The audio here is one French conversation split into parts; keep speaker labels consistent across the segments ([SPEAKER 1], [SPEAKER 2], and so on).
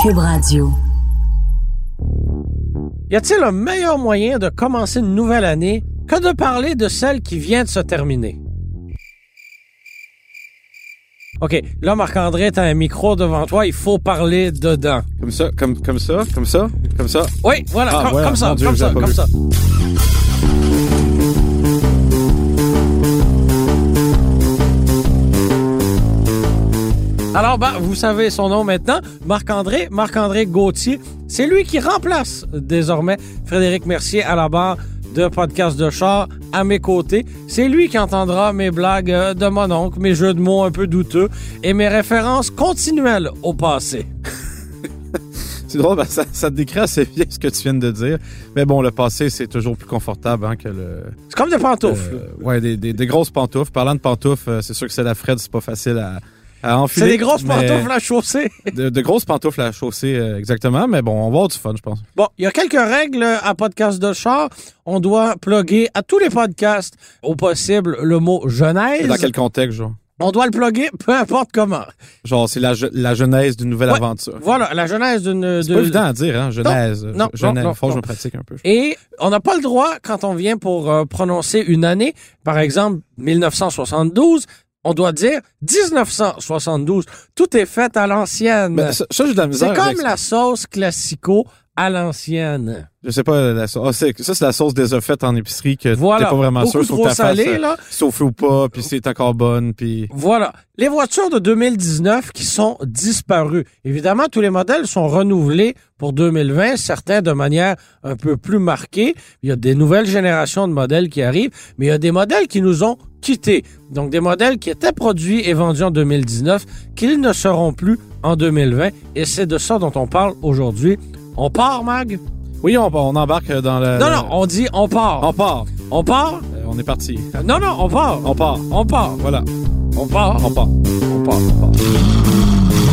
[SPEAKER 1] Cube Radio.
[SPEAKER 2] Y a-t-il un meilleur moyen de commencer une nouvelle année que de parler de celle qui vient de se terminer? OK, là, Marc-André, t'as un micro devant toi, il faut parler dedans.
[SPEAKER 3] Comme ça, comme, comme ça, comme ça, comme ça.
[SPEAKER 2] Oui, voilà,
[SPEAKER 3] Ah,
[SPEAKER 2] com-
[SPEAKER 3] voilà,
[SPEAKER 2] comme ça,
[SPEAKER 3] mon Dieu,
[SPEAKER 2] comme
[SPEAKER 3] je l'ai
[SPEAKER 2] ça,
[SPEAKER 3] pas
[SPEAKER 2] comme
[SPEAKER 3] vu.
[SPEAKER 2] ça. Alors, ben, vous savez son nom maintenant, Marc-André, Marc-André Gauthier. C'est lui qui remplace désormais Frédéric Mercier à la barre de Podcast de Char à mes côtés. C'est lui qui entendra mes blagues euh, de mon oncle, mes jeux de mots un peu douteux et mes références continuelles au passé.
[SPEAKER 3] C'est drôle, ben, ça, ça te décrit assez bien ce que tu viens de dire. Mais bon, le passé, c'est toujours plus confortable hein, que le.
[SPEAKER 2] C'est comme des pantoufles.
[SPEAKER 3] Euh, ouais, des, des- des grosses pantoufles. Parlant de pantoufles, euh, c'est sûr que c'est la Fred, c'est pas facile à, à enfiler.
[SPEAKER 2] C'est des grosses
[SPEAKER 3] mais-
[SPEAKER 2] pantoufles à chausser.
[SPEAKER 3] De, de grosses pantoufles à chausser, euh, exactement. Mais bon, on va avoir du fun, je pense.
[SPEAKER 2] Bon, il y a quelques règles à Podcast de Char. On doit plugger à tous les podcasts, au possible, le mot genèse.
[SPEAKER 3] Dans quel contexte, genre?
[SPEAKER 2] On doit le plugger, peu importe comment.
[SPEAKER 3] Genre, c'est la, je- la genèse d'une nouvelle
[SPEAKER 2] Ouais,
[SPEAKER 3] aventure.
[SPEAKER 2] Voilà, la genèse d'une...
[SPEAKER 3] C'est
[SPEAKER 2] de-
[SPEAKER 3] pas évident à dire, hein? Genèse.
[SPEAKER 2] non,
[SPEAKER 3] genèse.
[SPEAKER 2] non,
[SPEAKER 3] Faut que je
[SPEAKER 2] non.
[SPEAKER 3] me pratique un peu.
[SPEAKER 2] Et on n'a pas le droit, quand on vient pour euh, prononcer une année, par exemple 1972, on doit dire 1972. Tout est fait à l'ancienne.
[SPEAKER 3] Mais ça, ça, j'ai de la misère.
[SPEAKER 2] C'est comme
[SPEAKER 3] avec ça.
[SPEAKER 2] la sauce classico à l'ancienne.
[SPEAKER 3] Je sais pas, la sauce. ah, c'est- ça, c'est la sauce des œufs faits en épicerie que
[SPEAKER 2] Voilà.
[SPEAKER 3] t'es pas vraiment
[SPEAKER 2] Beaucoup
[SPEAKER 3] sûr sur
[SPEAKER 2] trop
[SPEAKER 3] ta face.
[SPEAKER 2] salé,
[SPEAKER 3] euh,
[SPEAKER 2] là.
[SPEAKER 3] si c'est au feu ou pas, puis c'est encore bonne, puis.
[SPEAKER 2] Voilà. Les voitures de 2019 qui sont disparues. Évidemment, tous les modèles sont renouvelés pour 2020, certains de manière un peu plus marquée. Il y a des nouvelles générations de modèles qui arrivent, mais il y a des modèles qui nous ont quittés. Donc, des modèles qui étaient produits et vendus en 2019, qu'ils ne seront plus en 2020. Et c'est de ça dont on parle aujourd'hui. On part, Mag?
[SPEAKER 3] Oui, on, on embarque dans le.
[SPEAKER 2] Non, non, on dit on part.
[SPEAKER 3] On part.
[SPEAKER 2] On part?
[SPEAKER 3] Euh, on est parti.
[SPEAKER 2] Non, non, on part.
[SPEAKER 3] On part.
[SPEAKER 2] On part.
[SPEAKER 3] Voilà.
[SPEAKER 2] On part.
[SPEAKER 3] On part. On part. On part.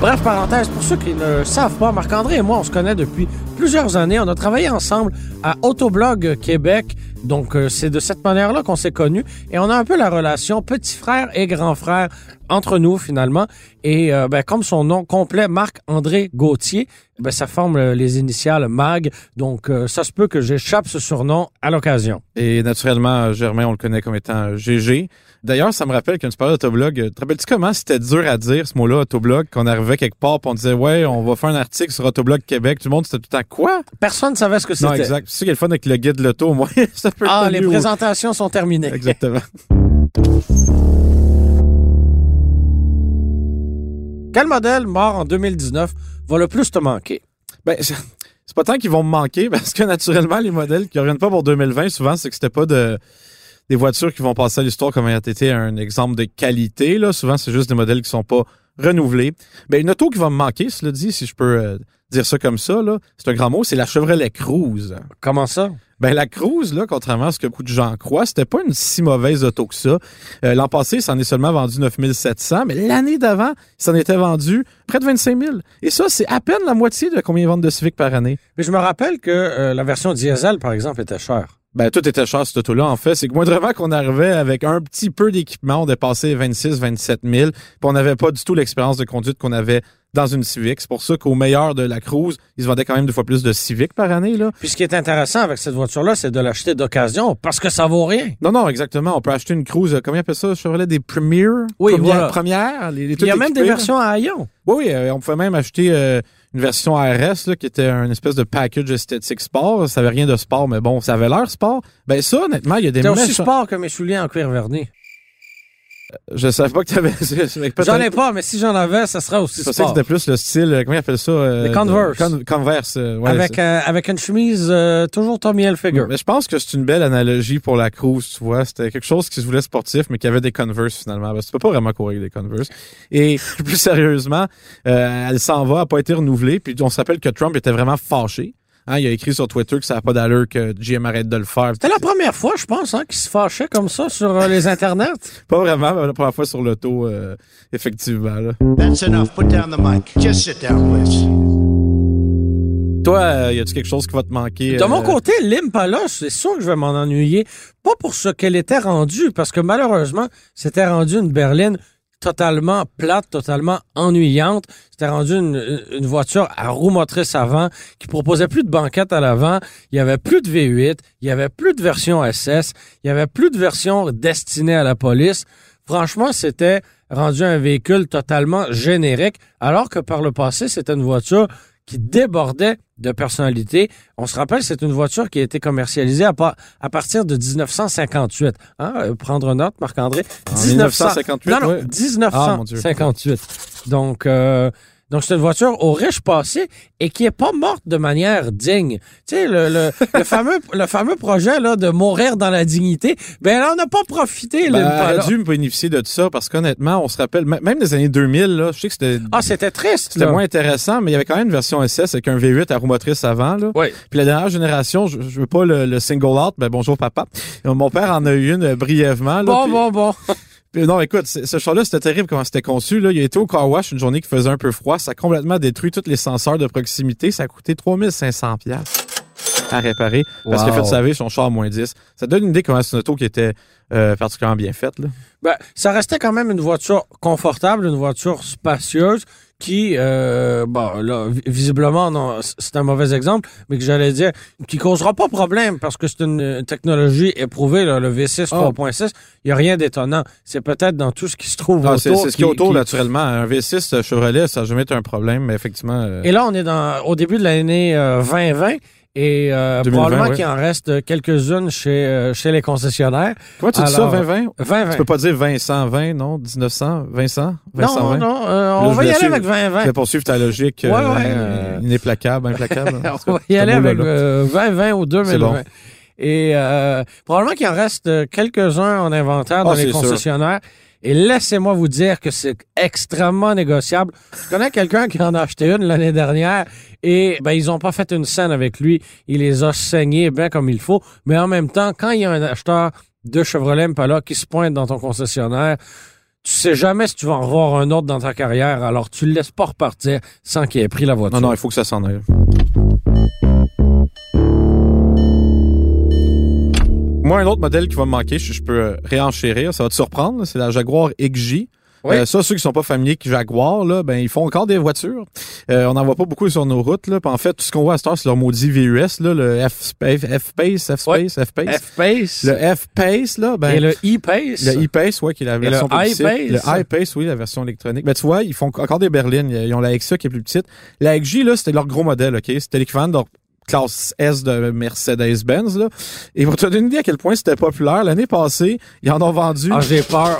[SPEAKER 2] Bref, parenthèse, pour ceux qui ne le savent pas, Marc-André et moi, on se connaît depuis plusieurs années. On a travaillé ensemble à Autoblog Québec. Donc, euh, c'est de cette manière-là qu'on s'est connus. Et on a un peu la relation petit frère et grand frère entre nous, finalement. Et euh, ben, comme son nom complet, Marc-André Gauthier, ben, ça forme euh, les initiales MAG. Donc, euh, ça se peut que j'échappe ce surnom à l'occasion.
[SPEAKER 3] Et naturellement, euh, Germain, on le connaît comme étant euh, GG. D'ailleurs, ça me rappelle quand tu parlais d'autoblog, euh, te rappelles-tu comment c'était dur à dire ce mot-là, autoblog, qu'on arrivait quelque part, puis on disait, ouais, on va faire un article sur Autoblog Québec. Tout le monde, c'était tout le temps quoi?
[SPEAKER 2] Personne ne savait ce que
[SPEAKER 3] Non,
[SPEAKER 2] c'était.
[SPEAKER 3] exact. C'est ça qui est le fun avec le guide de l'auto, moi. c'est un peu
[SPEAKER 2] Ah,
[SPEAKER 3] connu
[SPEAKER 2] les
[SPEAKER 3] au-
[SPEAKER 2] présentations sont terminées.
[SPEAKER 3] Exactement.
[SPEAKER 2] Quel modèle mort en 2019 va le plus te manquer?
[SPEAKER 3] Ben, c'est c'est pas tant qu'ils vont me manquer, parce que naturellement, les modèles qui reviennent pas pour 2020, souvent, c'est que c'était pas de des voitures qui vont passer à l'histoire comme ayant été un exemple de qualité. Là. Souvent, c'est juste des modèles qui sont pas renouvelés. Ben, une auto qui va me manquer, cela dit, si je peux euh, dire ça comme ça, là, c'est un grand mot, c'est la Chevrolet Cruze.
[SPEAKER 2] Comment ça?
[SPEAKER 3] Ben, la Cruze, là, contrairement à ce que beaucoup de gens croient, c'était pas une si mauvaise auto que ça. Euh, L'an passé, ça en est seulement vendu 9700, mais l'année d'avant, ça en était vendu près de 25 000. Et ça, c'est à peine la moitié de combien ils vendent de Civic par année.
[SPEAKER 2] Mais je me rappelle que euh, la version diesel, par exemple, était chère.
[SPEAKER 3] Ben, tout était cher, cette auto-là. En fait, c'est que moindrement qu'on arrivait avec un petit peu d'équipement, on dépassait 26, 27 000, puis on n'avait pas du tout l'expérience de conduite qu'on avait dans une Civic. C'est pour ça qu'au meilleur de la Cruze, ils se vendaient quand même deux fois plus de Civic par année, là.
[SPEAKER 2] Puis ce qui est intéressant avec cette voiture-là, c'est de l'acheter d'occasion parce que ça vaut rien.
[SPEAKER 3] Non, non, exactement. On peut acheter une Cruze, euh, comment ils appellent ça, Chevrolet, des Premier?
[SPEAKER 2] Oui,
[SPEAKER 3] Première,
[SPEAKER 2] voilà.
[SPEAKER 3] première, les, les
[SPEAKER 2] Il y a même
[SPEAKER 3] toutes
[SPEAKER 2] des
[SPEAKER 3] équipées, là.
[SPEAKER 2] versions à haillons.
[SPEAKER 3] Oui, oui, euh, on pouvait même acheter euh, une version RS là, qui était un espèce de package esthétique sport. Ça avait rien de sport, mais bon, ça avait l'air sport. Ben ça, honnêtement, il y a des
[SPEAKER 2] C'était aussi
[SPEAKER 3] méchants-
[SPEAKER 2] sport que mes souliers en cuir verni.
[SPEAKER 3] Je savais pas que t'avais... mais peut-être-
[SPEAKER 2] J'en ai pas, mais si j'en avais, ça serait aussi
[SPEAKER 3] Je pensais que
[SPEAKER 2] sport.
[SPEAKER 3] c'était plus le style, euh, comment ils appellent ça? euh,
[SPEAKER 2] Les Converse.
[SPEAKER 3] de- Con- Converse, euh, ouais,
[SPEAKER 2] avec,
[SPEAKER 3] c'est-
[SPEAKER 2] euh, avec une chemise euh, toujours Tommy Hilfiger.
[SPEAKER 3] Mais je pense que c'est une belle analogie pour la cruise, tu vois. C'était quelque chose qui se voulait sportif, mais qui avait des Converse finalement. Parce que tu peux pas vraiment courir avec des Converse. Et plus sérieusement, euh, elle s'en va, elle n'a pas été renouvelée. Puis on se rappelle que Trump était vraiment fâché. Hein, il a écrit sur Twitter que ça n'a pas d'allure que GM arrête de le faire.
[SPEAKER 2] C'était la première fois, je pense, hein, qu'il se fâchait comme ça sur euh, les internets.
[SPEAKER 3] Pas vraiment mais la première fois sur l'auto, euh, effectivement. là.
[SPEAKER 4] That's enough. Put down the mic. Just sit down, please.
[SPEAKER 3] Toi, euh, y a-tu quelque chose qui va te manquer?
[SPEAKER 2] De mon
[SPEAKER 3] euh,
[SPEAKER 2] côté, l'Impala, c'est sûr que je vais m'en ennuyer. Pas pour ce qu'elle était rendue, parce que malheureusement, c'était rendu une berline totalement plate, totalement ennuyante. C'était rendu une, une voiture à roue motrice avant qui proposait plus de banquette à l'avant. Il y avait plus de V8, il y avait plus de version SS, il y avait plus de version destinée à la police. Franchement, c'était rendu un véhicule totalement générique, alors que par le passé, c'était une voiture qui débordait de personnalité. On se rappelle, c'est une voiture qui a été commercialisée à, par- à partir de 1958. Hein? euh, Prendre note, Marc-André.
[SPEAKER 3] En
[SPEAKER 2] 1900.
[SPEAKER 3] 1958,
[SPEAKER 2] Non, non,
[SPEAKER 3] ouais. Ah,
[SPEAKER 2] 1958. donc, euh, donc c'est une voiture au riche passé et qui est pas morte de manière digne. Tu sais, le, le, le fameux, le fameux projet là, de mourir dans la dignité, ben elle en a pas profité,
[SPEAKER 3] Ben,
[SPEAKER 2] l'Impala.
[SPEAKER 3] elle a dû me bénéficier de tout ça parce qu'honnêtement, on se rappelle, m- même des années 2000, là, je sais que c'était
[SPEAKER 2] Ah, c'était triste.
[SPEAKER 3] c'était
[SPEAKER 2] là.
[SPEAKER 3] moins intéressant, mais il y avait quand même une version SS avec un V8 à roue motrice avant. Là.
[SPEAKER 2] Oui.
[SPEAKER 3] Puis la dernière génération, je, je veux pas le, le single out, mais bonjour papa. Euh, Mon père en a eu une euh, brièvement. là,
[SPEAKER 2] Bon,
[SPEAKER 3] puis-
[SPEAKER 2] bon, bon.
[SPEAKER 3] puis non, écoute, c'est- ce char-là, c'était terrible comment c'était conçu. Là. Il a été au car wash une journée qui faisait un peu froid. Ça a complètement détruit tous les senseurs de proximité. Ça a coûté 3500 pièces à réparer parce que
[SPEAKER 2] Wow.
[SPEAKER 3] fait savez son char à moins 10. Ça donne une idée comment c'est une auto qui était euh, particulièrement bien faite. Là.
[SPEAKER 2] Ben, ça restait quand même une voiture confortable, une voiture spacieuse qui, euh, bon, là, vi- visiblement, non, c- c'est un mauvais exemple, mais que j'allais dire, qui causera pas problème parce que c'est une euh, technologie éprouvée, là, le V6
[SPEAKER 3] Ah.
[SPEAKER 2] 3.6, il n'y a rien d'étonnant. C'est peut-être dans tout ce qui se trouve
[SPEAKER 3] Ah, c'est
[SPEAKER 2] autour.
[SPEAKER 3] c'est ce qui est autour, naturellement. Un V6 euh, Chevrolet, ça n'a jamais été un problème, mais effectivement. euh,
[SPEAKER 2] Et là, on est dans, au début de l'année euh, 2020 et euh,
[SPEAKER 3] 2020,
[SPEAKER 2] probablement
[SPEAKER 3] ouais.
[SPEAKER 2] qu'il en reste quelques-unes chez, euh, chez les concessionnaires.
[SPEAKER 3] Comment tu dis ça,
[SPEAKER 2] alors,
[SPEAKER 3] 2020? Tu
[SPEAKER 2] 2020.
[SPEAKER 3] peux pas dire 2020, non? 1900? 20
[SPEAKER 2] Non, non, euh,
[SPEAKER 3] Là,
[SPEAKER 2] on
[SPEAKER 3] je
[SPEAKER 2] va y
[SPEAKER 3] le
[SPEAKER 2] aller
[SPEAKER 3] suis.
[SPEAKER 2] avec 2020.
[SPEAKER 3] Je vais poursuivre ta logique euh,
[SPEAKER 2] Ouais, ouais.
[SPEAKER 3] euh, inéplacable, implacable. En tout cas,
[SPEAKER 2] On va y
[SPEAKER 3] ce
[SPEAKER 2] aller avec
[SPEAKER 3] mot-là, là.
[SPEAKER 2] euh, 2020 ou 2020.
[SPEAKER 3] C'est bon.
[SPEAKER 2] Et euh, probablement qu'il en reste euh, quelques-uns en inventaire dans
[SPEAKER 3] Ah,
[SPEAKER 2] les
[SPEAKER 3] c'est sûr.
[SPEAKER 2] concessionnaires. Et laissez-moi vous dire que c'est extrêmement négociable. Je connais quelqu'un qui en a acheté une l'année dernière et ben ils ont pas fait une scène avec lui. Il les a saignés bien comme il faut. Mais en même temps, quand il y a un acheteur de Chevrolet Impala qui se pointe dans ton concessionnaire, tu sais jamais si tu vas en revoir un autre dans ta carrière. Alors tu le laisses pas repartir sans qu'il ait pris la voiture.
[SPEAKER 3] Non, non, il faut que ça s'en aille. Moi, un autre modèle qui va me manquer, je, je peux euh, réenchérir, ça va te surprendre, c'est la Jaguar XJ.
[SPEAKER 2] Oui.
[SPEAKER 3] Euh, ça, ceux qui sont pas familiers avec Jaguar, là, ben, ils font encore des voitures. Euh, on n'en voit pas beaucoup sur nos routes. Là. Puis En fait, tout ce qu'on voit à cette heure, c'est leur maudit VUS, là, le F-Space, F-Space, F-Space, F-Pace.
[SPEAKER 2] F-Pace.
[SPEAKER 3] Le F-Pace, là, ben,
[SPEAKER 2] et le e-Pace.
[SPEAKER 3] Le e-Pace, oui, qui est la version
[SPEAKER 2] le
[SPEAKER 3] plus petite.
[SPEAKER 2] iPace.
[SPEAKER 3] Le iPace, oui, la version électronique. Mais tu vois, ils font encore des berlines. Ils ont la XA qui est plus petite. La XJ, là, c'était leur gros modèle, OK? C'était l'équivalent de leur classe S de Mercedes-Benz, là. Et pour te donner une idée à quel point c'était populaire, l'année passée, ils en ont vendu
[SPEAKER 2] Ah, j'ai peur.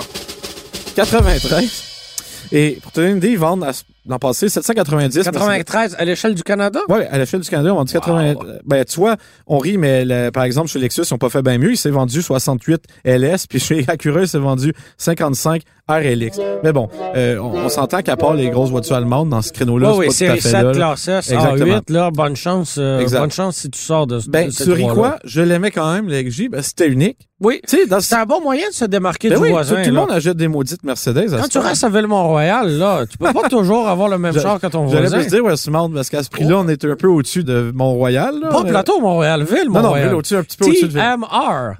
[SPEAKER 3] 93. Et pour te donner une idée, ils vendent à- l'an passé 790.
[SPEAKER 2] 93 à l'échelle du Canada?
[SPEAKER 3] Oui, à l'échelle du Canada, on vend du 80.
[SPEAKER 2] Wow.
[SPEAKER 3] Ben, tu vois, on rit, mais le- par exemple, chez Lexus, ils n'ont pas fait bien mieux. Il s'est vendu 68 LS, puis chez Acura, il s'est vendu 55 RLX. Mais bon, euh, on, on s'entend qu'à part les grosses voitures allemandes dans ce créneau-là,
[SPEAKER 2] oui, oui,
[SPEAKER 3] c'est pas tout
[SPEAKER 2] série
[SPEAKER 3] à fait là,
[SPEAKER 2] 7,
[SPEAKER 3] là.
[SPEAKER 2] classe S,
[SPEAKER 3] Exactement.
[SPEAKER 2] A8, là, bonne chance, euh,
[SPEAKER 3] Exact.
[SPEAKER 2] bonne chance si tu sors de,
[SPEAKER 3] Ben,
[SPEAKER 2] de ces
[SPEAKER 3] tu ris
[SPEAKER 2] trois-là.
[SPEAKER 3] quoi? Je l'aimais quand même, le XJ. Ben, c'était unique.
[SPEAKER 2] Oui.
[SPEAKER 3] Tu sais, dans ce...
[SPEAKER 2] C'est un bon moyen de se démarquer
[SPEAKER 3] Ben
[SPEAKER 2] du
[SPEAKER 3] oui, tout-
[SPEAKER 2] voisin.
[SPEAKER 3] tout, le
[SPEAKER 2] là.
[SPEAKER 3] monde achète des maudites Mercedes. à
[SPEAKER 2] Quand
[SPEAKER 3] ce
[SPEAKER 2] tu
[SPEAKER 3] temps.
[SPEAKER 2] restes à Ville-Mont-Royal, là, tu peux pas toujours avoir le même
[SPEAKER 3] Je-
[SPEAKER 2] char que ton
[SPEAKER 3] J'allais
[SPEAKER 2] voisin.
[SPEAKER 3] plus dire Westmount, parce qu'à ce prix-là, on était un peu au-dessus de Mont-Royal. là.
[SPEAKER 2] Pas
[SPEAKER 3] Euh,
[SPEAKER 2] plateau Montréal-Ville,
[SPEAKER 3] Non, non,
[SPEAKER 2] Montréal.
[SPEAKER 3] Ville, au-dessus, un petit peu au-dessus de Ville.
[SPEAKER 2] TMR.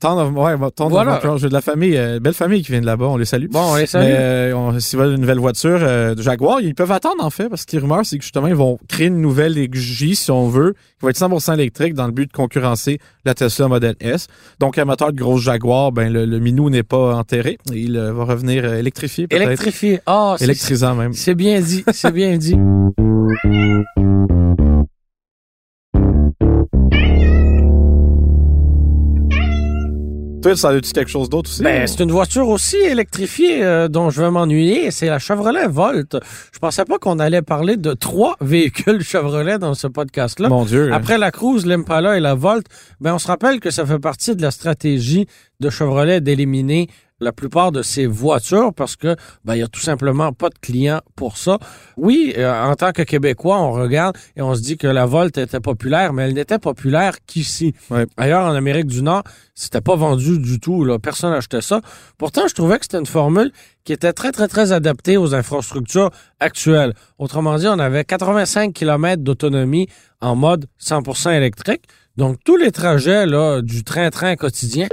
[SPEAKER 3] Town of, ouais, bah, Town of
[SPEAKER 2] Voilà.
[SPEAKER 3] Montreal, j'ai de la famille, euh, belle famille qui vient de là-bas, on les salue.
[SPEAKER 2] Bon, on les salue.
[SPEAKER 3] Mais euh, on- s'ils veulent une nouvelle voiture euh, de Jaguar, ils peuvent attendre en fait, parce que les rumeurs, c'est que justement, ils vont créer une nouvelle XJ, si on veut, qui va être 100% électrique dans le but de concurrencer la Tesla Model S. Donc, amateur de grosse Jaguar, ben, le, le Minou n'est pas enterré. Il euh, va revenir euh, électrifié peut-être.
[SPEAKER 2] Électrifié. Ah, c'est-
[SPEAKER 3] Électrisant même.
[SPEAKER 2] c'est bien dit, c'est bien dit.
[SPEAKER 3] Toi, ça a tu quelque chose d'autre aussi?
[SPEAKER 2] Ben, c'est une voiture aussi électrifiée euh, dont je vais m'ennuyer. C'est la Chevrolet Volt. Je pensais pas qu'on allait parler de trois véhicules Chevrolet dans ce podcast-là.
[SPEAKER 3] Mon Dieu.
[SPEAKER 2] Après la Cruze, l'Impala et la Volt, ben on se rappelle que ça fait partie de la stratégie de Chevrolet d'éliminer la plupart de ces voitures parce que ben, il n'y a tout simplement pas de clients pour ça. Oui, euh, en tant que Québécois, on regarde et on se dit que la Volt était populaire, mais elle n'était populaire qu'ici.
[SPEAKER 3] Ouais.
[SPEAKER 2] Ailleurs, en Amérique du Nord, c'était pas vendu du tout. Là. Personne n'achetait ça. Pourtant, je trouvais que c'était une formule qui était très, très, très adaptée aux infrastructures actuelles. Autrement dit, on avait 85 km d'autonomie en mode 100% électrique. Donc, tous les trajets là, du train-train quotidien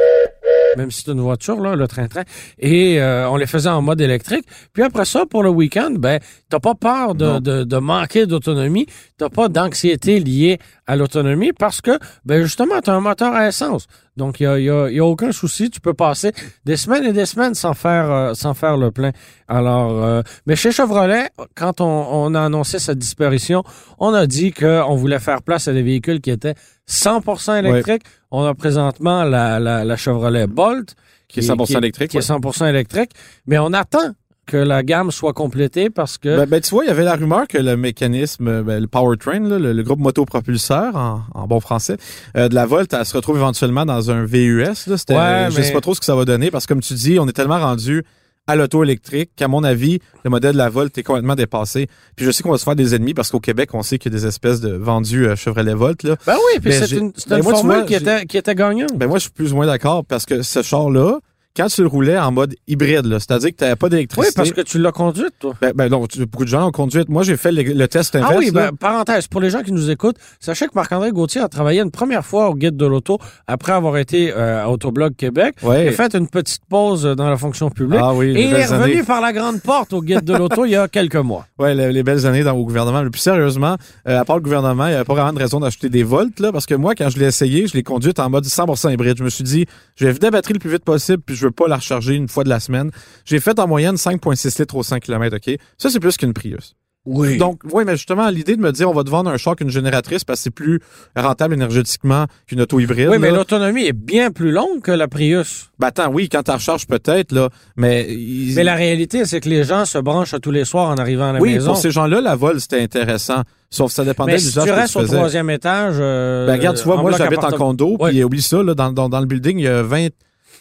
[SPEAKER 2] même si c'est une voiture, là, le train-train, et euh, on les faisait en mode électrique. Puis après ça, pour le week-end, ben, t'as pas peur de,
[SPEAKER 3] Non.
[SPEAKER 2] de, de manquer d'autonomie, t'as pas d'anxiété liée à l'autonomie parce que, ben, justement, t'as un moteur à essence. Donc, il y a, y a- y a aucun souci. Tu peux passer des semaines et des semaines sans faire, euh, sans faire le plein. Alors, euh, mais chez Chevrolet, quand on, on a annoncé cette disparition, on a dit qu'on voulait faire place à des véhicules qui étaient 100% électriques. On a présentement la, la, la Chevrolet Bolt
[SPEAKER 3] Qui est 100% électrique.
[SPEAKER 2] qui est 100% électrique, mais on attend que la gamme soit complétée parce que
[SPEAKER 3] Ben, ben, tu vois, il y avait la rumeur que le mécanisme, ben, le powertrain, là, le, le groupe motopropulseur, en, en bon français, euh, de la Volt, elle se retrouve éventuellement dans un VUS. Là, C'était-
[SPEAKER 2] Ouais,
[SPEAKER 3] je
[SPEAKER 2] mais-
[SPEAKER 3] sais pas trop ce que ça va donner parce que, comme tu dis, on est tellement rendu à l'auto électrique qu'à mon avis, le modèle de la Volt est complètement dépassé. Puis je sais qu'on va se faire des ennemis parce qu'au Québec, on sait qu'il y a des espèces de vendus euh, Chevrolet Volt. Là.
[SPEAKER 2] ben oui, puis
[SPEAKER 3] Ben,
[SPEAKER 2] c'est
[SPEAKER 3] j'ai-
[SPEAKER 2] une, c'est
[SPEAKER 3] ben
[SPEAKER 2] une
[SPEAKER 3] moi, tu
[SPEAKER 2] formule
[SPEAKER 3] vois,
[SPEAKER 2] qui
[SPEAKER 3] j'ai-
[SPEAKER 2] était qui était gagnante.
[SPEAKER 3] Ben moi, je suis plus ou moins d'accord parce que ce char-là, quand tu le roulais en mode hybride, là, c'est-à-dire que tu n'avais pas
[SPEAKER 2] oui,
[SPEAKER 3] d'électricité.
[SPEAKER 2] parce que tu l'as conduite toi.
[SPEAKER 3] Ben, ben, donc, tu- beaucoup de gens ont conduit. Moi, j'ai fait le, le test inverse.
[SPEAKER 2] Ah oui,
[SPEAKER 3] là.
[SPEAKER 2] ben, parenthèse, pour les gens qui nous écoutent, sachez que Marc-André Gauthier a travaillé une première fois au guide de l'auto après avoir été euh, à Autoblog Québec.
[SPEAKER 3] Ouais.
[SPEAKER 2] Il a fait une petite pause euh, dans la fonction publique.
[SPEAKER 3] Ah oui,
[SPEAKER 2] Et
[SPEAKER 3] les
[SPEAKER 2] il est
[SPEAKER 3] belles
[SPEAKER 2] revenu
[SPEAKER 3] années.
[SPEAKER 2] par la grande porte au guide de l'auto il y a quelques mois.
[SPEAKER 3] Ouais, les, les belles années dans, au gouvernement. Mais plus sérieusement, euh, à part le gouvernement, il n'y avait pas vraiment de raison d'acheter des volts, là, parce que moi, quand je l'ai essayé, je l'ai conduite en mode 100% hybride. Je me suis dit, je vais vider la batterie le plus vite possible, puis je veux pas la recharger une fois de la semaine. J'ai fait en moyenne 5,6 litres au 100 km, OK? Ça, c'est plus qu'une Prius.
[SPEAKER 2] Oui.
[SPEAKER 3] Donc, oui, mais justement, l'idée de me dire, on va te vendre un char qu'une génératrice, parce que c'est plus rentable énergétiquement qu'une auto hybride.
[SPEAKER 2] oui, mais
[SPEAKER 3] là.
[SPEAKER 2] l'autonomie est bien plus longue que la Prius.
[SPEAKER 3] Ben, attends, oui, quand tu recharges peut-être, là, mais... ils-
[SPEAKER 2] Mais la réalité, c'est que les gens se branchent à tous les soirs en arrivant à la
[SPEAKER 3] oui,
[SPEAKER 2] maison.
[SPEAKER 3] pour ces gens-là, la vol, c'était intéressant. Sauf que ça dépendait
[SPEAKER 2] mais
[SPEAKER 3] du
[SPEAKER 2] si tu
[SPEAKER 3] usage que
[SPEAKER 2] restes au
[SPEAKER 3] faisais.
[SPEAKER 2] troisième étage. euh,
[SPEAKER 3] Ben, regarde, tu vois,
[SPEAKER 2] en
[SPEAKER 3] moi,
[SPEAKER 2] bloc
[SPEAKER 3] j'habite en
[SPEAKER 2] appartement-
[SPEAKER 3] condo,
[SPEAKER 2] Ouais.
[SPEAKER 3] puis oublie ça, là, dans, dans, dans le building, il y a 20,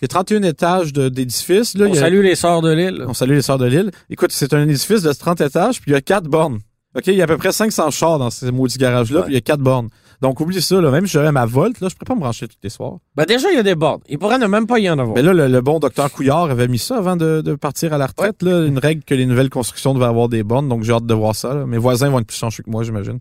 [SPEAKER 3] il y a 31 étages de- d'édifices. là,
[SPEAKER 2] On
[SPEAKER 3] il y a-
[SPEAKER 2] salue les sœurs de l'île.
[SPEAKER 3] on salue les Sœurs de l'île. Écoute, c'est un édifice de 30 étages, puis il y a quatre bornes. OK, il y a à peu près 500 chars dans ces maudits garages-là,
[SPEAKER 2] Ouais.
[SPEAKER 3] puis il y a quatre bornes. Donc, oublie ça, là, même si j'avais ma Volt, là, je pourrais pas me brancher tous les soirs.
[SPEAKER 2] Ben, déjà, il y a des bornes. Il pourrait ne même pas y en avoir.
[SPEAKER 3] Mais là, le, le bon docteur Couillard avait mis ça avant de, de partir à la retraite, là, une règle que les nouvelles constructions devaient avoir des bornes, donc j'ai hâte de voir ça. là. Mes voisins vont être plus chanceux que moi, j'imagine.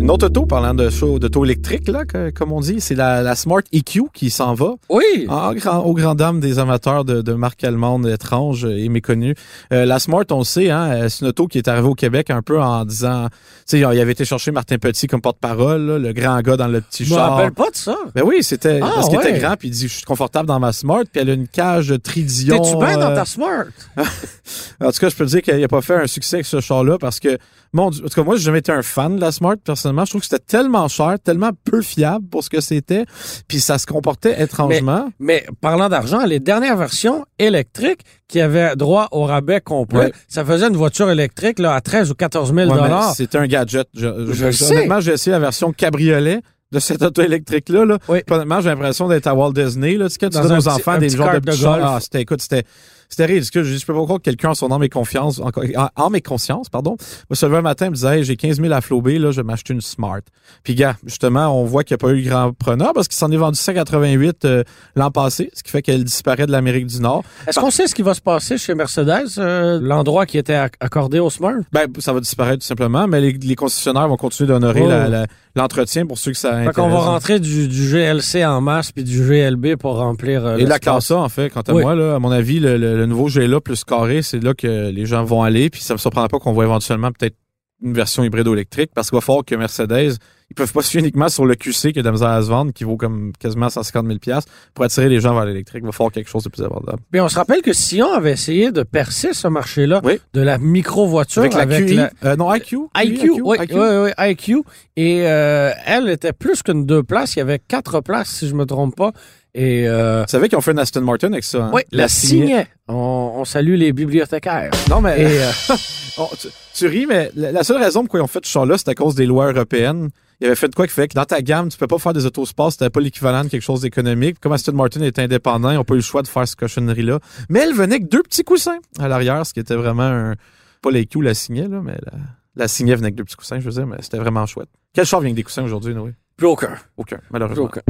[SPEAKER 3] Une autre auto, parlant de show, d'auto électrique, là, que- comme on dit, c'est la, la Smart EQ qui s'en va.
[SPEAKER 2] oui.
[SPEAKER 3] En grand, aux grandes dames des amateurs de, de marques allemandes étranges et méconnues. Euh, la Smart, on le sait, hein, euh, c'est une auto qui est arrivée au Québec un peu en disant... Tu sais, il avait été chercher Martin Petit comme porte-parole, là, le grand gars dans le petit
[SPEAKER 2] Je me
[SPEAKER 3] char.
[SPEAKER 2] rappelle pas de ça.
[SPEAKER 3] Ben oui, c'était
[SPEAKER 2] Ah,
[SPEAKER 3] parce qu'il
[SPEAKER 2] ouais.
[SPEAKER 3] était grand puis il dit je suis confortable dans ma Smart puis elle a une cage de tridion.
[SPEAKER 2] T'es-tu bien dans
[SPEAKER 3] euh,
[SPEAKER 2] ta smart?
[SPEAKER 3] En tout cas, je peux te dire qu'il n'a pas fait un succès avec ce char-là parce que mon Dieu, en tout cas moi j'ai jamais été un fan de la Smart personnellement, je trouve que c'était tellement cher, tellement peu fiable pour ce que c'était, puis ça se comportait étrangement.
[SPEAKER 2] Mais parlant d'argent, les dernières versions électriques qui avaient droit au rabais complet,
[SPEAKER 3] Ouais.
[SPEAKER 2] ça faisait une voiture électrique là, à 13 000 ou 14 000
[SPEAKER 3] Ouais, mais
[SPEAKER 2] dollars.
[SPEAKER 3] c'était un gadget. Je,
[SPEAKER 2] Je le sais.
[SPEAKER 3] Honnêtement, j'ai essayé la version cabriolet de cette auto électrique là. là.
[SPEAKER 2] Oui.
[SPEAKER 3] Puis Honnêtement, j'ai l'impression d'être à Walt Disney là, tu sais, quand tu
[SPEAKER 2] Dans
[SPEAKER 3] donnes
[SPEAKER 2] un
[SPEAKER 3] aux
[SPEAKER 2] petit-
[SPEAKER 3] enfants
[SPEAKER 2] un
[SPEAKER 3] des
[SPEAKER 2] petit
[SPEAKER 3] genres de
[SPEAKER 2] kart de
[SPEAKER 3] petits chars.
[SPEAKER 2] golf.
[SPEAKER 3] Ah, c'était écoute, c'était c'était ridicule. Je, dis, je peux pas croire que quelqu'un en son âme et confiance, en, en- en mes consciences, pardon, me se lever un matin et me disait Hey, j'ai 15 000 à flober, là, je vais m'acheter une Smart. Puis gars, justement, on voit qu'il n'y a pas eu grand preneur parce qu'il s'en est vendu 188 euh, l'an passé, ce qui fait qu'elle disparaît de l'Amérique du Nord.
[SPEAKER 2] Est-ce qu'on sait ce qui va se passer chez Mercedes, euh, l'endroit qui était acc- accordé au smart?
[SPEAKER 3] Ben, ça va disparaître tout simplement, mais les, les concessionnaires vont continuer d'honorer
[SPEAKER 2] Oh.
[SPEAKER 3] la- la- l'entretien pour ceux que ça
[SPEAKER 2] Fait
[SPEAKER 3] intéresse.
[SPEAKER 2] qu'on va rentrer du, du GLC en masse puis du GLB pour remplir euh,
[SPEAKER 3] Et de la
[SPEAKER 2] l'espace.
[SPEAKER 3] classe A, en fait, quant à
[SPEAKER 2] Oui.
[SPEAKER 3] moi, là, à mon avis, le, le- le nouveau GLA plus carré, c'est là que les gens vont aller. Puis ça me surprendra pas qu'on voit éventuellement peut-être une version hybride ou électrique, parce qu'il va falloir que Mercedes, ils peuvent pas se fier uniquement sur le QC que de la misère à se vendre, qui vaut comme quasiment 150 000 piastres. pour attirer les gens vers l'électrique. Il va falloir quelque chose de plus abordable.
[SPEAKER 2] Puis on se rappelle que Sion avait essayé de percer ce marché-là
[SPEAKER 3] Oui.
[SPEAKER 2] de la micro-voiture
[SPEAKER 3] Avec la QI,
[SPEAKER 2] la-
[SPEAKER 3] euh, non, IQ,
[SPEAKER 2] IQ, oui,
[SPEAKER 3] IQ.
[SPEAKER 2] oui, oui, IQ. Et euh, elle était plus qu'une deux places. Il y avait quatre places, si je me trompe pas. Et euh,
[SPEAKER 3] Tu savais qu'ils ont fait une Aston Martin avec ça. hein?
[SPEAKER 2] oui, la,
[SPEAKER 3] signature.
[SPEAKER 2] signait. On, on on salue les bibliothécaires.
[SPEAKER 3] Non, mais
[SPEAKER 2] Et, euh,
[SPEAKER 3] on- Oh, tu, tu ris, mais la, la seule raison pourquoi ils ont fait ce char-là, c'est à cause des lois européennes. Ils avaient fait de quoi qui fait que dans ta gamme, tu peux pas faire des autosports si t'avais pas l'équivalent de quelque chose d'économique. Comme Aston Martin est indépendant, ils ont pas eu le choix de faire cette cochonnerie-là. Mais elle venait avec deux petits coussins à l'arrière, ce qui était vraiment un. Pas les Q la signée, là, mais la, la signée venait avec deux petits coussins, je veux dire, mais c'était vraiment chouette. Quel char vient avec des coussins aujourd'hui, Noé?
[SPEAKER 2] plus aucun.
[SPEAKER 3] Aucun,
[SPEAKER 2] Plus
[SPEAKER 3] malheureusement.
[SPEAKER 2] aucun.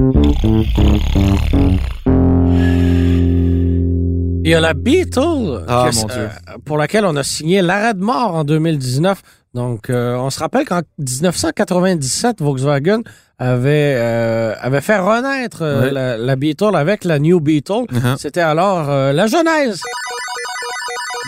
[SPEAKER 2] Il y a la Beetle
[SPEAKER 3] Ah,
[SPEAKER 2] que-
[SPEAKER 3] mon Dieu.
[SPEAKER 2] euh, pour laquelle on a signé l'arrêt de mort en 2019. Donc, euh, on se rappelle qu'en 1997, Volkswagen avait, euh, avait fait renaître euh,
[SPEAKER 3] Ouais.
[SPEAKER 2] la, la Beetle avec la New Beetle.
[SPEAKER 3] Uh-huh.
[SPEAKER 2] C'était alors euh, la genèse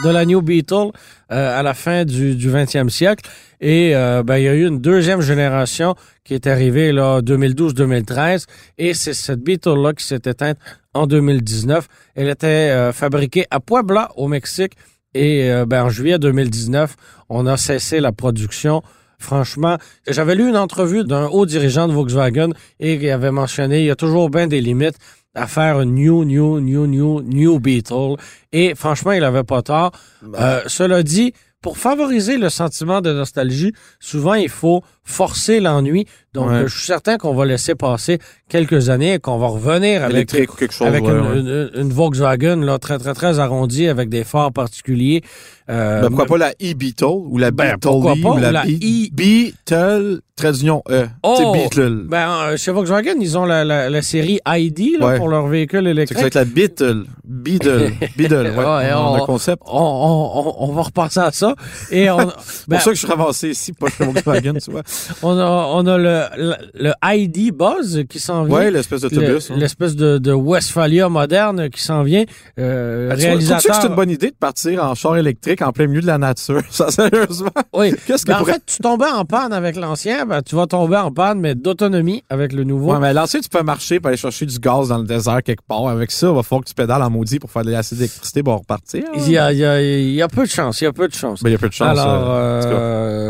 [SPEAKER 2] de la New Beetle euh, à la fin du, du 20e siècle. Et euh, ben, il y a eu une deuxième génération qui est arrivée là 2012-2013. Et c'est cette Beetle-là qui s'est éteinte en 2019. Elle était euh, fabriquée à Puebla, au Mexique. Et euh, ben, en juillet 2019, on a cessé la production. Franchement, j'avais lu une entrevue d'un haut dirigeant de Volkswagen et il avait mentionné il y a toujours bien des limites à faire une new, new, new, new, new Beetle. Et franchement, il avait pas tort.
[SPEAKER 3] Bah.
[SPEAKER 2] Euh, cela dit, pour favoriser le sentiment de nostalgie, souvent il faut forcer l'ennui. Donc,
[SPEAKER 3] Ouais.
[SPEAKER 2] euh, je suis certain qu'on va laisser passer quelques années et qu'on va revenir avec
[SPEAKER 3] Électrique ou quelque chose.
[SPEAKER 2] avec
[SPEAKER 3] ouais,
[SPEAKER 2] une, euh,
[SPEAKER 3] ouais.
[SPEAKER 2] une- une Volkswagen là, très, très, très arrondie, avec des phares particuliers. Euh,
[SPEAKER 3] Ben, pourquoi pas la e-Beetle ou la
[SPEAKER 2] Ben,
[SPEAKER 3] Beetle
[SPEAKER 2] pourquoi pas,
[SPEAKER 3] ou la,
[SPEAKER 2] ou la
[SPEAKER 3] Be-
[SPEAKER 2] E-
[SPEAKER 3] Beetle, trait d'union E.
[SPEAKER 2] Oh!
[SPEAKER 3] C'est Beetle.
[SPEAKER 2] ben, euh, chez Volkswagen, ils ont la, la- la série ID là,
[SPEAKER 3] Ouais.
[SPEAKER 2] pour leur véhicule
[SPEAKER 3] C'est que ça va
[SPEAKER 2] électrique.
[SPEAKER 3] être la Beetle. Beetle. Beetle, ouais.
[SPEAKER 2] Ouais,
[SPEAKER 3] on,
[SPEAKER 2] on-
[SPEAKER 3] a le concept.
[SPEAKER 2] On, on- on- on va repenser à ça. Et on, ben,
[SPEAKER 3] C'est pour ça que je suis avancé ici, pas chez Volkswagen, tu vois.
[SPEAKER 2] on a, on a le, le, le ID Buzz qui s'en vient.
[SPEAKER 3] Ouais, l'espèce d'autobus.
[SPEAKER 2] Le-
[SPEAKER 3] hein.
[SPEAKER 2] L'espèce de, de Westphalia moderne qui s'en vient. Euh,
[SPEAKER 3] Ah, tu vois-
[SPEAKER 2] réalisateur.
[SPEAKER 3] Trouves-tu que c'est une bonne idée de partir en char électrique en plein milieu de la nature? Ça, sérieusement?
[SPEAKER 2] Oui.
[SPEAKER 3] Qu'est-ce que
[SPEAKER 2] Ben, en
[SPEAKER 3] pourrait...
[SPEAKER 2] fait, tu tombais en panne avec l'ancien, ben, tu vas tomber en panne, mais d'autonomie avec le nouveau.
[SPEAKER 3] Ouais, mais l'ancien, tu peux marcher pour aller chercher du gaz dans le désert quelque part. Avec ça, il va falloir que tu pédales en maudit pour faire de l'acide d'électricité pour repartir. hein.
[SPEAKER 2] Il y, a, il, y a, il y a peu de chance, il y a peu de chance.
[SPEAKER 3] Ben, il y a peu de chance.
[SPEAKER 2] Alors,
[SPEAKER 3] euh,
[SPEAKER 2] euh,
[SPEAKER 3] en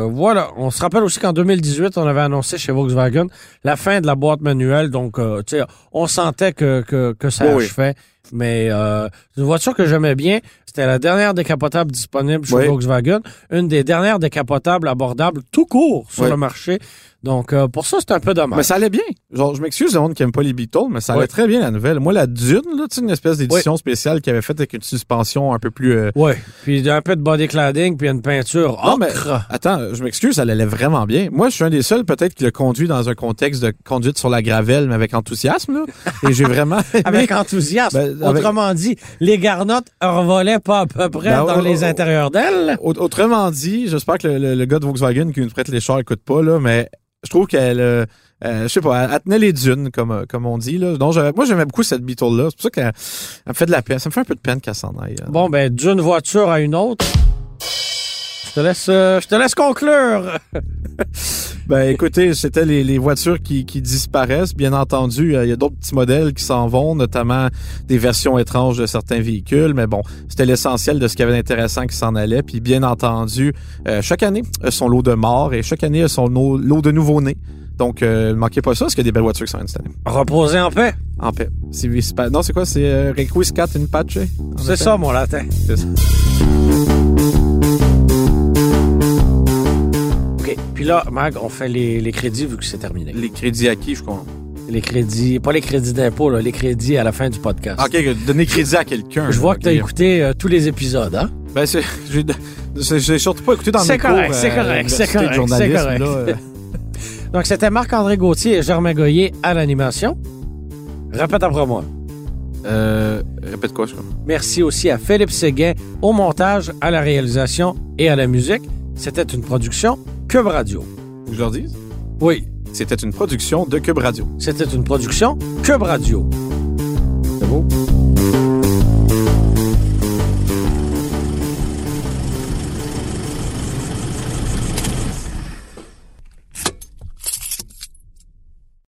[SPEAKER 3] tout cas.
[SPEAKER 2] voilà. On se rappelle aussi qu'en 2018, on avait annoncé chez Volkswagen la fin de la boîte manuelle. Donc, euh, tu sais, on sentait que, que, que ça
[SPEAKER 3] Oui, oui.
[SPEAKER 2] achevait. Mais euh, une voiture que j'aimais bien, c'était la dernière décapotable disponible chez
[SPEAKER 3] Oui.
[SPEAKER 2] Volkswagen. Une des dernières décapotables abordables tout court sur
[SPEAKER 3] Oui.
[SPEAKER 2] le marché. Donc, euh, pour ça, c'est un peu dommage.
[SPEAKER 3] Mais ça allait bien. Genre, je m'excuse le monde qui aime pas les Beatles, mais ça allait
[SPEAKER 2] Ouais.
[SPEAKER 3] très bien la nouvelle. Moi, la Dune, là, tu sais, une espèce d'édition spéciale qui avait faite avec une suspension un peu plus. euh,
[SPEAKER 2] Oui, puis un peu de body cladding, puis une peinture
[SPEAKER 3] Non, mais-
[SPEAKER 2] ocre.
[SPEAKER 3] Attends, je m'excuse, elle allait vraiment bien. Moi, je suis un des seuls peut-être qui le conduit dans un contexte de conduite sur la gravelle, mais avec enthousiasme, là. Et j'ai vraiment. aimé-
[SPEAKER 2] Avec enthousiasme.
[SPEAKER 3] Ben, avec-
[SPEAKER 2] Autrement dit, les garnottes revolaient pas à peu près
[SPEAKER 3] Ben,
[SPEAKER 2] dans
[SPEAKER 3] oh,
[SPEAKER 2] les
[SPEAKER 3] oh,
[SPEAKER 2] intérieurs d'elles.
[SPEAKER 3] Au- Autrement dit, j'espère que le, le- le gars de Volkswagen qui nous prête les chars écoute pas, là, mais je trouve qu'elle. euh, euh, je sais pas, elle, elle tenait les dunes, comme, euh, comme on dit. Là. Donc, j'avais- moi, j'aimais beaucoup cette Beetle-là. C'est pour ça qu'elle elle me fait de la peine. Ça me fait un peu de peine qu'elle s'en aille. euh.
[SPEAKER 2] Bon, ben, d'une voiture à une autre. Je te laisse, euh, je te laisse conclure.
[SPEAKER 3] Ben écoutez, c'était les, les voitures qui, qui disparaissent. Bien entendu, euh, il y a d'autres petits modèles qui s'en vont, notamment des versions étranges de certains véhicules. Mais bon, c'était l'essentiel de ce qu'il y avait d'intéressant qui s'en allait. Puis bien entendu, euh, chaque année, euh, son lot de morts et chaque année, euh, son lot, lot de nouveaux-nés. Donc, euh, ne manquez pas ça, parce qu'il y a des belles voitures qui s'en viennent cette année.
[SPEAKER 2] Reposez en paix.
[SPEAKER 3] En paix. Si- si pas- non, c'est quoi? C'est euh, Requiscat in Pace? en
[SPEAKER 2] C'est
[SPEAKER 3] effet?
[SPEAKER 2] ça, mon latin.
[SPEAKER 3] C'est ça.
[SPEAKER 2] OK. Puis là, Mag, on fait les, les crédits vu que c'est terminé.
[SPEAKER 3] Les crédits acquis, je crois.
[SPEAKER 2] Les crédits, pas les crédits d'impôt, là, les crédits à la fin du podcast.
[SPEAKER 3] OK, donner crédit à quelqu'un.
[SPEAKER 2] Je vois que tu as
[SPEAKER 3] OK.
[SPEAKER 2] écouté euh, tous les épisodes, hein?
[SPEAKER 3] Ben, c'est- j'ai c'est- j'ai surtout pas écouté dans mes
[SPEAKER 2] C'est
[SPEAKER 3] cours.
[SPEAKER 2] correct,
[SPEAKER 3] euh,
[SPEAKER 2] c'est
[SPEAKER 3] à
[SPEAKER 2] correct, c'est
[SPEAKER 3] l'université de
[SPEAKER 2] correct,
[SPEAKER 3] journalisme,
[SPEAKER 2] c'est correct.
[SPEAKER 3] là, euh.
[SPEAKER 2] Donc, c'était Marc-André Gauthier et Germain Goyer à l'animation. Répète après moi.
[SPEAKER 3] Euh, répète quoi, je crois.
[SPEAKER 2] Merci aussi à Philippe Séguin au montage, à la réalisation et à la musique. C'était une production Cube Radio.
[SPEAKER 3] Faut que je leur dise?
[SPEAKER 2] Oui,
[SPEAKER 3] C'était une production de Cube Radio.
[SPEAKER 2] c'était une production Cube Radio.
[SPEAKER 3] C'est beau?